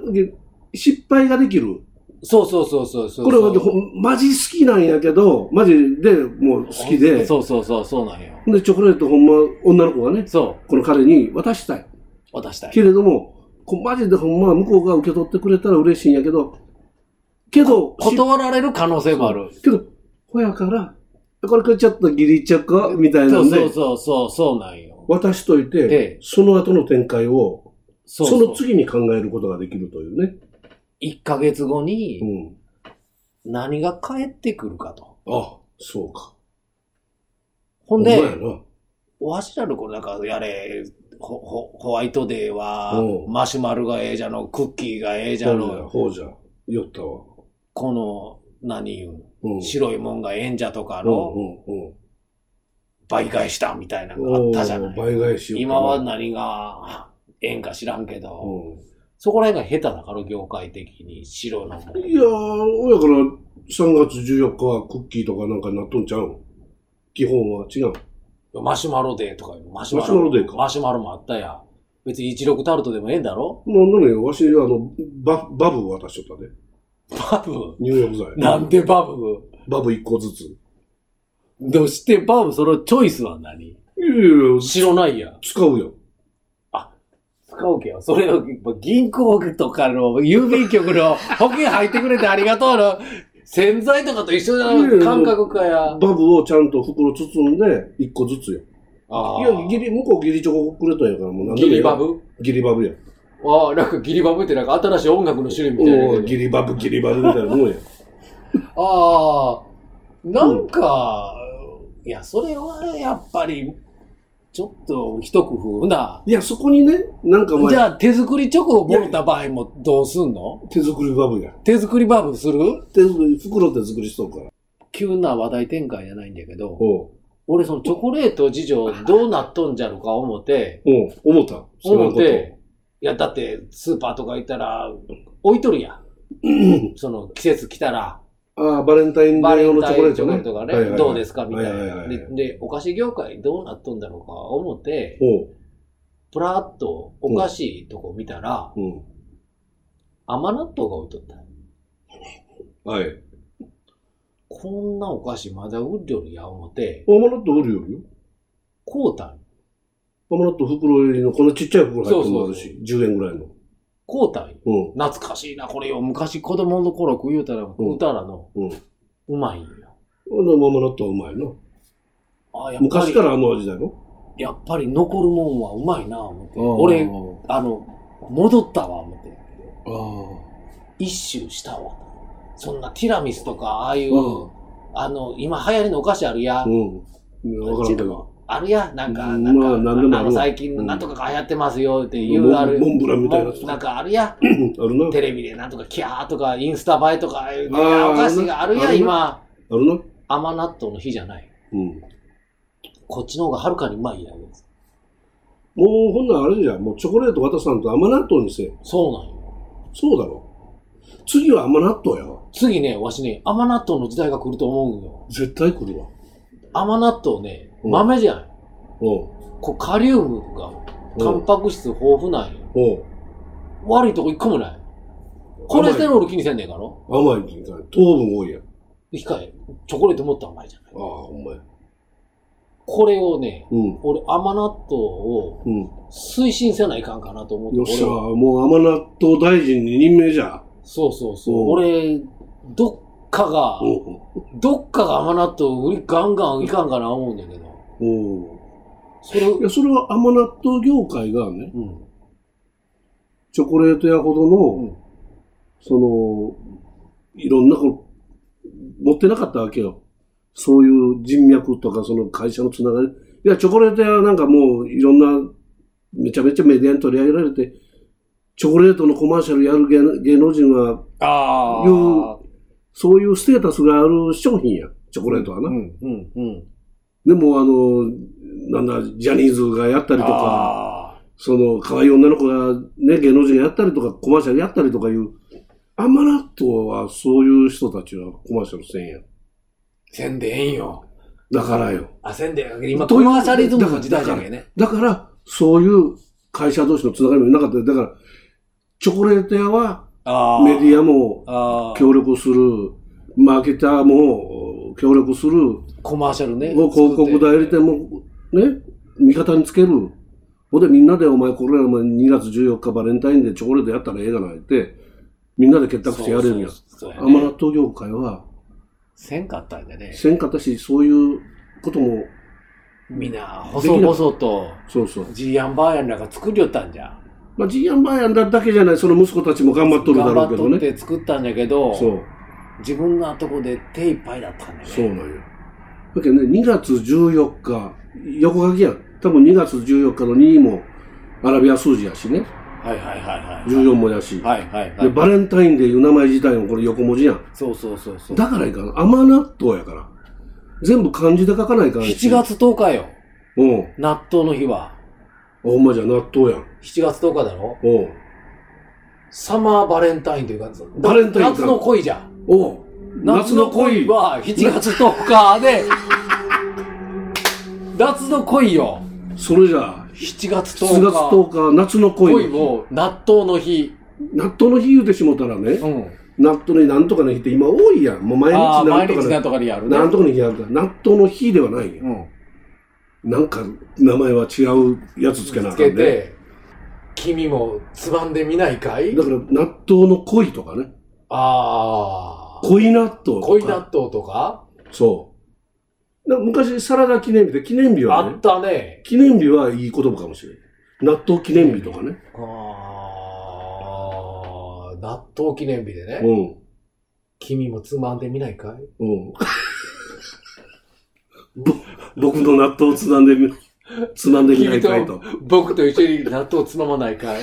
Speaker 4: 失敗ができる。
Speaker 3: そうそうそうそうそう。
Speaker 4: これはほんマジ好きなんやけど、マジでもう好きで、
Speaker 3: そうそうそう、そうなんよ。
Speaker 4: で、チョコレートほんま、女の子がね、
Speaker 3: そ
Speaker 4: この彼に渡したい。
Speaker 3: う、渡したい。
Speaker 4: けれども、こうマジでほんまは向こうが受け取ってくれたら嬉しいんやけど、けど、
Speaker 3: 断られる可能性もある。
Speaker 4: しけど、ほやから、これこれちょっとギリチョコみたいな
Speaker 3: そうん
Speaker 4: で、
Speaker 3: そうそうそう、そうなんよ。
Speaker 4: 渡しといて
Speaker 3: で、
Speaker 4: その後の展開をそ
Speaker 3: そうそう
Speaker 4: の次に考えることができるというね。
Speaker 3: 1ヶ月後に
Speaker 4: うん。
Speaker 3: 何が返ってくるかと。
Speaker 4: あ、そうか。
Speaker 3: ほん
Speaker 4: ほんま
Speaker 3: で、
Speaker 4: やな。
Speaker 3: わしらの頃なんかやれ、ホホホワイトデーは
Speaker 4: う、ん
Speaker 3: マシュマロがええじゃの、クッキーがええじ
Speaker 4: ほ
Speaker 3: ゃ
Speaker 4: うじゃ、
Speaker 3: の、
Speaker 4: ほうじゃ。酔ったわ。
Speaker 3: この、何言う
Speaker 4: うん。
Speaker 3: 白いもんがええんじゃとか
Speaker 4: うん
Speaker 3: の、
Speaker 4: うんうん。
Speaker 3: 倍返したみたいなのがあ
Speaker 4: お
Speaker 3: ったじゃな
Speaker 4: ー
Speaker 3: い。
Speaker 4: 倍返しようかな
Speaker 3: 今は何が、ええんか知らんけど、
Speaker 4: う
Speaker 3: そこら辺が下手だから、業界的に、白のもん
Speaker 4: ん。いやー、ほやから3月14日はクッキーとかなんかなっとんちゃうん基本は違う。
Speaker 3: マシュマロデーとかいうのマ
Speaker 4: マシュマロデーか
Speaker 3: マシュマロもあったや。別に一力タルトでもええんだろ
Speaker 4: なんだね、わし、あの、ババブ渡しとったね。
Speaker 3: バブ
Speaker 4: 入浴剤。
Speaker 3: なんでバブ
Speaker 4: バブ1個ずつ。い
Speaker 3: どうしてバブそのチョイスは何
Speaker 4: やいやいや
Speaker 3: 知らないや。
Speaker 4: 使うよ。
Speaker 3: 使うけよ。それを銀行とかの郵便局の保険入ってくれてありがとうの洗剤とかと一緒の感覚かや
Speaker 4: バ。ブをちゃんと袋包んで、1個ずつよ。
Speaker 3: あ
Speaker 4: い
Speaker 3: ー
Speaker 4: や、ギリ、向こうギリチョコくれたんやから、もう何で
Speaker 3: ギ
Speaker 4: もい
Speaker 3: リ
Speaker 4: い
Speaker 3: バブ
Speaker 4: ギリバブや。
Speaker 3: ああ、なんかギリバブってなんか新しい音楽の種類みたいな
Speaker 4: お
Speaker 3: や
Speaker 4: ー
Speaker 3: け
Speaker 4: ギ
Speaker 3: ど。
Speaker 4: リバブ、ギリバブみたいなもんや。
Speaker 3: ああ、なんか、いや、それはやっぱり、ちょっと一工夫な。
Speaker 4: いや、そこにね、なんかお
Speaker 3: じ
Speaker 4: 前、
Speaker 3: ゃあ手作りチョコをもらった場合もどうすんの
Speaker 4: 手作りバブや。
Speaker 3: 手作りバブする
Speaker 4: 手作り、袋手作りしとくから。
Speaker 3: 急な話題展開じゃないんだけど、
Speaker 4: おう
Speaker 3: 俺そのチョコレート事情どうなっとんじゃろか思って、
Speaker 4: おう思った。そんな
Speaker 3: 思っ
Speaker 4: こと。
Speaker 3: て、いや、だってスーパーとか行ったら置いとるや ん。その季節来たら、
Speaker 4: ああ、バレンタインデ
Speaker 3: バ
Speaker 4: ー
Speaker 3: レ
Speaker 4: 用
Speaker 3: ン
Speaker 4: のチ
Speaker 3: タイ
Speaker 4: ョコレ
Speaker 3: ン
Speaker 4: ー
Speaker 3: チ
Speaker 4: ト
Speaker 3: ョコ
Speaker 4: ね。
Speaker 3: レートが
Speaker 4: はいはい
Speaker 3: ね、
Speaker 4: はい
Speaker 3: どうですかみたい
Speaker 4: はいはい
Speaker 3: な。
Speaker 4: はい
Speaker 3: でで、お菓子業界どうなっとんだろうか思って、
Speaker 4: おう。
Speaker 3: ぷらっとお菓子とこ見たら、
Speaker 4: うん。
Speaker 3: 甘納豆が置いとった。
Speaker 4: はい。
Speaker 3: こんなお菓子まだ売るよりや思って、
Speaker 4: アマナット売るよりよ。
Speaker 3: こうたん
Speaker 4: アマナット袋入りの、このちっちゃい袋入ってもある
Speaker 3: そう
Speaker 4: し、10円ぐらいの。
Speaker 3: こうたんよ
Speaker 4: うん。
Speaker 3: 懐かしいな、これよ。昔子供の頃食うたら、食うたらの、
Speaker 4: うん。
Speaker 3: うまいんよ。
Speaker 4: あのアマナットはうまいな。
Speaker 3: あやっぱ
Speaker 4: 昔
Speaker 3: り
Speaker 4: か、らあの味だよ。
Speaker 3: やっぱり残るもんはうまいな、思って。
Speaker 4: あ
Speaker 3: 俺、あの、戻ったわ、思って。
Speaker 4: あ。
Speaker 3: 一周したわ。そんなティラミスとか、ああいう、
Speaker 4: うん
Speaker 3: あの、今流行りのお菓子あるや。
Speaker 4: うん。いやわからんけど。
Speaker 3: あるやなん
Speaker 4: う
Speaker 3: か、
Speaker 4: ん
Speaker 3: なん
Speaker 4: まあ
Speaker 3: か、
Speaker 4: なんでもあるわ
Speaker 3: あの最近のなんとかが流行ってますよっていううんある。
Speaker 4: モンモンブランみたいなやつ
Speaker 3: もんなんかあるや
Speaker 4: あるな。
Speaker 3: テレビでなんとかキャーとか、インスタ映えとか、いう
Speaker 4: あー
Speaker 3: お菓子がある
Speaker 4: あ
Speaker 3: や、
Speaker 4: るな
Speaker 3: 今。
Speaker 4: あるな。
Speaker 3: 甘納豆の日じゃない。
Speaker 4: うん。
Speaker 3: こっちの方がはるかにうまいやん。
Speaker 4: もうほんならあれじゃん。もうチョコレート渡さんと甘納豆にせえ。
Speaker 3: そうなんよ。
Speaker 4: そうだろ。次は甘納豆やわ。
Speaker 3: 次ね、わしね、甘納豆の時代が来ると思うんよ。
Speaker 4: 絶対来るわ。
Speaker 3: 甘納豆ね、
Speaker 4: うん
Speaker 3: 豆じゃん。
Speaker 4: おう
Speaker 3: こう、カリウムが、タンパク質豊富なんよ。
Speaker 4: おう
Speaker 3: 悪いとこ一個もない。コレステロール気にせんねんかろ
Speaker 4: 甘いみたいな。糖分多いやん。あ
Speaker 3: 控え、チョコレート持ったらうまいじゃない
Speaker 4: あ、。ほんまや。
Speaker 3: これをね、
Speaker 4: うん。
Speaker 3: 俺、甘納豆を
Speaker 4: うん。
Speaker 3: 推進せないかんかなと思って。
Speaker 4: よっしゃ、
Speaker 3: 俺は
Speaker 4: もう甘納豆大臣に任命じゃ。
Speaker 3: そうそうそうう。
Speaker 4: ん
Speaker 3: 俺、どっかが、
Speaker 4: お
Speaker 3: どっかが甘納豆売りガンガンいかんかな思うんだけど。
Speaker 4: うん。
Speaker 3: それ、
Speaker 4: いや、それは甘納豆業界がね、
Speaker 3: うん。
Speaker 4: チョコレート屋ほどの、
Speaker 3: うん
Speaker 4: その、いろんなこう、持ってなかったわけよ。そういう人脈とか、その会社のつながり。いや、チョコレート屋なんかもう、いろんな、めちゃめちゃメディアに取り上げられて、チョコレートのコマーシャルやる芸能芸能人は、
Speaker 3: あ
Speaker 4: ー。そういうステータスがある商品や。チョコレートはな。
Speaker 3: うん、うん、うん。
Speaker 4: でも、あの、なんだ、ジャニーズがやったりとか、
Speaker 3: あ
Speaker 4: その、可愛い女の子が、ね、芸能人がやったりとか、コマーシャルやったりとかいう、アマラットはそういう人たちはコマーシャルせんやん。
Speaker 3: ー。せんでええんよ。
Speaker 4: だからよ。
Speaker 3: あ、せんでええ今、
Speaker 4: と
Speaker 3: コ
Speaker 4: いう
Speaker 3: マーシャリズムの時代じゃんけね。
Speaker 4: だから、そういう会社同士のつながりもなかった。だから、チョコレート屋は、
Speaker 3: あ
Speaker 4: メディアも
Speaker 3: あー
Speaker 4: 協力する、マーケターも協力する、
Speaker 3: コマーシャルね。
Speaker 4: もう広告代理店もね、味方につける。ほんでみんなでお前、これお前2月14日バレンタインでチョコレートやったらええがないって、みんなで結託してやれるやん。
Speaker 3: そうそうそうや
Speaker 4: アマ
Speaker 3: ね
Speaker 4: 納豆業界は、
Speaker 3: せんかったんでね。
Speaker 4: せんかったし、そういうことも、
Speaker 3: みんな、細々と、
Speaker 4: そうそう。
Speaker 3: ジーアンバーヤンらが作りよったんじゃん。
Speaker 4: まあ、ジーアンバーヤンだだけじゃない、その息子たちも頑張っとるだ
Speaker 3: 頑
Speaker 4: ろう
Speaker 3: 張
Speaker 4: け
Speaker 3: っ
Speaker 4: ど
Speaker 3: とっ
Speaker 4: ね。
Speaker 3: て作ったんだけど、
Speaker 4: そう。
Speaker 3: 自分のとこで手いっぱいだったんだよね。
Speaker 4: そうなんよ。だけどね、2月14日、横書きやん。多分2月14日の2も、アラビア数字やしね。
Speaker 3: はいはいはいはい。
Speaker 4: 14もやし。
Speaker 3: はいはいは
Speaker 4: で、
Speaker 3: い。
Speaker 4: バレンタインでいう名前自体もこれ横文字やん。
Speaker 3: そうそうそうそう。
Speaker 4: だからいかん。甘納豆やから。全部漢字で書かないから。
Speaker 3: 7。月10日よ。
Speaker 4: うん。あ
Speaker 3: 納豆の日は。
Speaker 4: ほんまじゃ、納豆やん。
Speaker 3: 7月10日だろ
Speaker 4: うん。
Speaker 3: サマーバレンタインという感じだ
Speaker 4: バレンタインか
Speaker 3: 夏の恋じゃん。
Speaker 4: おう夏の恋は、
Speaker 3: は7月10日 で、夏の恋よ。
Speaker 4: それじゃあ、
Speaker 3: 7月10
Speaker 4: 7
Speaker 3: 日。
Speaker 4: 月10日、夏の恋。
Speaker 3: 恋も納豆の日。
Speaker 4: 納豆の日言うてしもたらね、
Speaker 3: うん。
Speaker 4: 納豆の日なんとかの日って今多いやん。もう毎日
Speaker 3: ああ、
Speaker 4: な
Speaker 3: 毎
Speaker 4: んとか
Speaker 3: 日
Speaker 4: の
Speaker 3: なんとかでやるね。
Speaker 4: なんとかの日やるから、納豆の日ではないよ。
Speaker 3: うん。
Speaker 4: なんか、名前は違うやつつけなあ
Speaker 3: つ
Speaker 4: かんね
Speaker 3: けて、君もつばんでみないかい
Speaker 4: だから、納豆の恋とかね。
Speaker 3: ああ。
Speaker 4: 恋納豆とか。
Speaker 3: 恋納豆とか
Speaker 4: そう。な昔、サラダ記念日で、記念日
Speaker 3: あ
Speaker 4: はね
Speaker 3: っ、たね。
Speaker 4: 記念日はいい言葉かもしれない。納豆記念日とかね。
Speaker 3: ああ。納豆記念日でね。
Speaker 4: うん。
Speaker 3: 君もつまんでみないかい
Speaker 4: うん。ぼ僕の納豆をつまんでみ、つまんでみないかいと。
Speaker 3: 僕と一緒に納豆つままないか い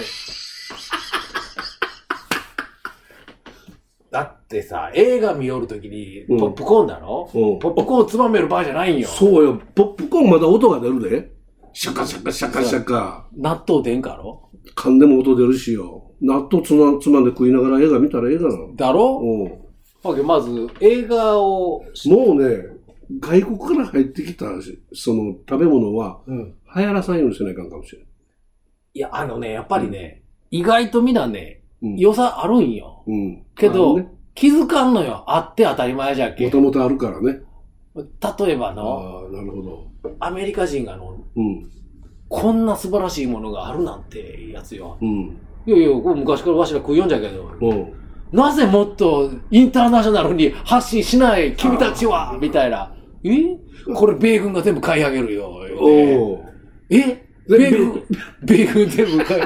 Speaker 3: だってさ、映画見よるときに
Speaker 4: うん
Speaker 3: ポップコーンだろ、
Speaker 4: うん
Speaker 3: ポップコーンつまめる場合じゃないんよ。
Speaker 4: そうよ。ポップコーンまだ音が出るで。シャカシャカシャカシャカ。
Speaker 3: 納豆でんかろ
Speaker 4: 噛んでも音出るしよ。納豆つまつまんで食いながら映画見たら映画なの。
Speaker 3: だろ
Speaker 4: うん。
Speaker 3: わけまず、映画を、
Speaker 4: もうね、外国から入ってきたしその食べ物は
Speaker 3: うん。
Speaker 4: 流行らさんようにせないかんかもしれない。
Speaker 3: いや、あのね、やっぱりね、意外とみんなね、
Speaker 4: うん。
Speaker 3: 良さあるんよ。
Speaker 4: うん。
Speaker 3: けど、
Speaker 4: あのね
Speaker 3: 気づかんのよ。あって当たり前じゃっけ。
Speaker 4: もともとあるからね。
Speaker 3: 例えば
Speaker 4: あ
Speaker 3: の、
Speaker 4: あー、なるほど。
Speaker 3: アメリカ人があの、
Speaker 4: うん。
Speaker 3: こんな素晴らしいものがあるなんてやつよ。
Speaker 4: うん。
Speaker 3: いやいや、これ昔からわしら食いよんじゃけど、
Speaker 4: うん。
Speaker 3: なぜもっとインターナショナルに発信しない君たちはみたいな。えこれ米軍が全部買い上げるよ。
Speaker 4: おお。
Speaker 3: え米軍、 米軍全部買い、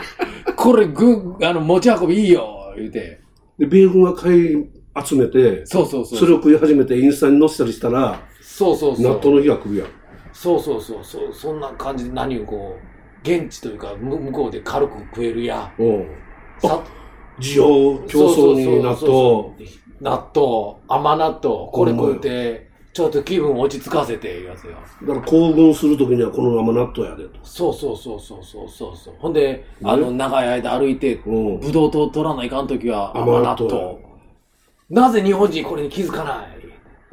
Speaker 3: これ軍、あの、持ち運びいいよ。言うて。
Speaker 4: で、米軍が買い集めて、
Speaker 3: そうそうそう。
Speaker 4: それを食い始めてインスタに載せたりしたら、
Speaker 3: そうそうそう。
Speaker 4: 納豆の日が来るやん。
Speaker 3: そうそうそう。そうそんな感じで何をこう、現地というか、む向こうで軽く食えるや。
Speaker 4: うん。
Speaker 3: さ
Speaker 4: 需要競争に納豆。
Speaker 3: 納豆、甘納豆、これ食うて、ちょっと気分落ち着かせて、いうやつよ。
Speaker 4: だから、興奮するときにはこのまま納豆やでと。
Speaker 3: そうそうそうそうそうそうそう。ほんで、あの、長い間歩いて、
Speaker 4: うん。
Speaker 3: ブドウ糖取らないかんときは甘納
Speaker 4: 甘納豆
Speaker 3: 豆。なぜ日本人これに気づかない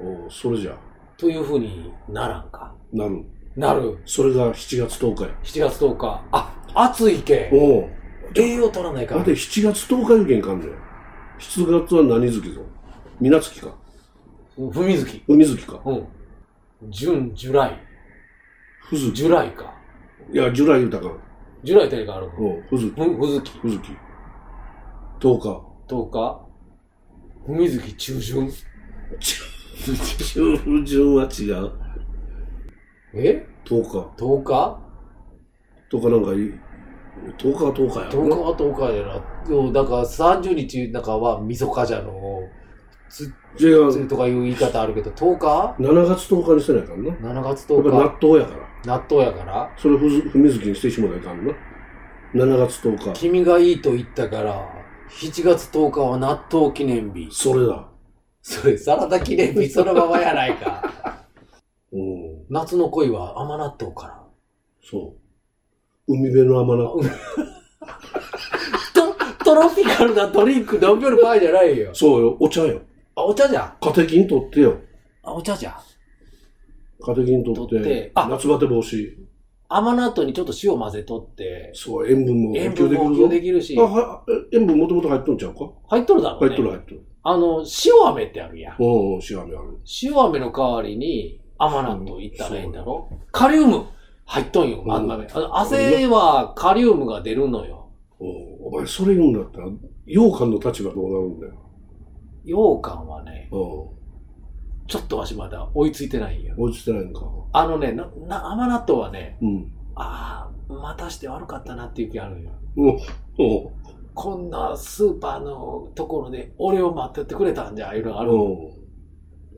Speaker 4: おうそれじゃ、
Speaker 3: というふうにならんか。
Speaker 4: なる。
Speaker 3: なる。
Speaker 4: それが7月10日や。
Speaker 3: 7月10日。あ、暑いけ。
Speaker 4: おう
Speaker 3: 栄養取らないか
Speaker 4: だっ
Speaker 3: ん
Speaker 4: て。7月10日よけんかんねん。7月は何月ぞ水月か。
Speaker 3: ふみずき。
Speaker 4: 海月か。
Speaker 3: うん。ジュン、ジュライ。
Speaker 4: ふずき。
Speaker 3: ジュライか。
Speaker 4: いや、ジュライ豊かん。
Speaker 3: ジュライってがあるの。
Speaker 4: うん、ふずき。
Speaker 3: ふ、ふずき。
Speaker 4: ふずき。10日。
Speaker 3: 10日。ふみずき中旬。
Speaker 4: 中旬は違う。
Speaker 3: え
Speaker 4: 10日。
Speaker 3: ?10 日
Speaker 4: 10日なんかいい。10日は10日や
Speaker 3: ?10 日は10日やな。そうだから30日なんかはみそかじゃの、つ、
Speaker 4: じゃ
Speaker 3: つとかいう言い方あるけど、10日
Speaker 4: あ、7月10日にせないかんな。やっ
Speaker 3: ?7 月
Speaker 4: ぱ
Speaker 3: 10日。
Speaker 4: 納豆やから。
Speaker 3: 納豆やから。
Speaker 4: それふず、ふみずきにしてしまないかんな。7月10日。
Speaker 3: 君がいいと言ったから、7月10日は納豆記念日。
Speaker 4: それだ。
Speaker 3: それ、サラダ記念日そのままやない か。
Speaker 4: うん。
Speaker 3: 夏の恋は甘納豆から。
Speaker 4: そう。海辺の甘納豆。
Speaker 3: トトロピカルなドリンク飲める場合じゃないよ。
Speaker 4: そうよ、お茶よ。
Speaker 3: あ、お茶じゃ。
Speaker 4: カテキン取ってよ。
Speaker 3: あ、お茶じゃ。
Speaker 4: カテキン取って。
Speaker 3: 取ってあ
Speaker 4: 夏バテ防止。
Speaker 3: 甘納豆にちょっと塩混ぜとって、
Speaker 4: そう、塩分も
Speaker 3: 塩
Speaker 4: 補
Speaker 3: 分
Speaker 4: 給でき
Speaker 3: も
Speaker 4: る
Speaker 3: 補
Speaker 4: ぞ
Speaker 3: 給。できるし
Speaker 4: あ、、は、え塩分もともと入っとんちゃうか
Speaker 3: 入っとるだろう
Speaker 4: 入
Speaker 3: ね。
Speaker 4: っとる入っとる。
Speaker 3: あの、塩飴ってあるやん。
Speaker 4: うんうん、塩飴ある。
Speaker 3: 塩飴の代わりに甘納豆いったらいいんだろカリウム入っとんよ、
Speaker 4: うん
Speaker 3: あんなめあの汗はカリウムが出るのよ。
Speaker 4: おお前、それ言うんだったら、羊羹の立場どうなるんだよ。
Speaker 3: 羊羹はね、
Speaker 4: う
Speaker 3: ちょっとわしまだ追いついてないんよ。
Speaker 4: ん。落ちてないのか。
Speaker 3: あのね、な、な、甘納豆はね、
Speaker 4: うん。
Speaker 3: ああ、待たして悪かったなっていう気あるよ。
Speaker 4: おお
Speaker 3: こんなスーパーのところで俺を待っててくれたんじゃ、いうのある。
Speaker 4: お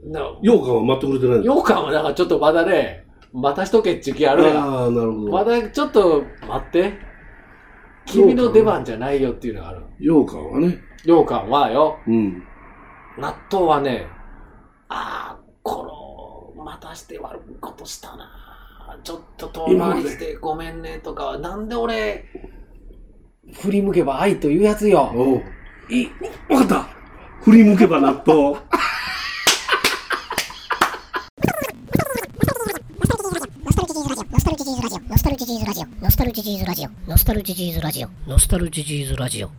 Speaker 3: な
Speaker 4: ようかんは待ってくれてないんだ
Speaker 3: ようかんはなんかちょっとまだね、待たしとけっちゅう気あるやん。
Speaker 4: ああ、なるほ
Speaker 3: ま
Speaker 4: ど。
Speaker 3: だちょっと待って。君の出番じゃないよっていうのがある。
Speaker 4: ようかんはね。
Speaker 3: ようかんはよ、
Speaker 4: うん。
Speaker 3: 納豆はね、ああ、この、待たして悪いことしたな。ちょっと遠回りしてごめんねとか、なんで俺、振り向けば愛というやつよ。
Speaker 4: おう
Speaker 3: い
Speaker 4: わかった振り向けば納豆。
Speaker 2: ノスタルジーズラジオノスタルジーズラジオノスタルジーズラジオノスタルジーズラジオノスタルジーズラジオノスタルジーズラジオ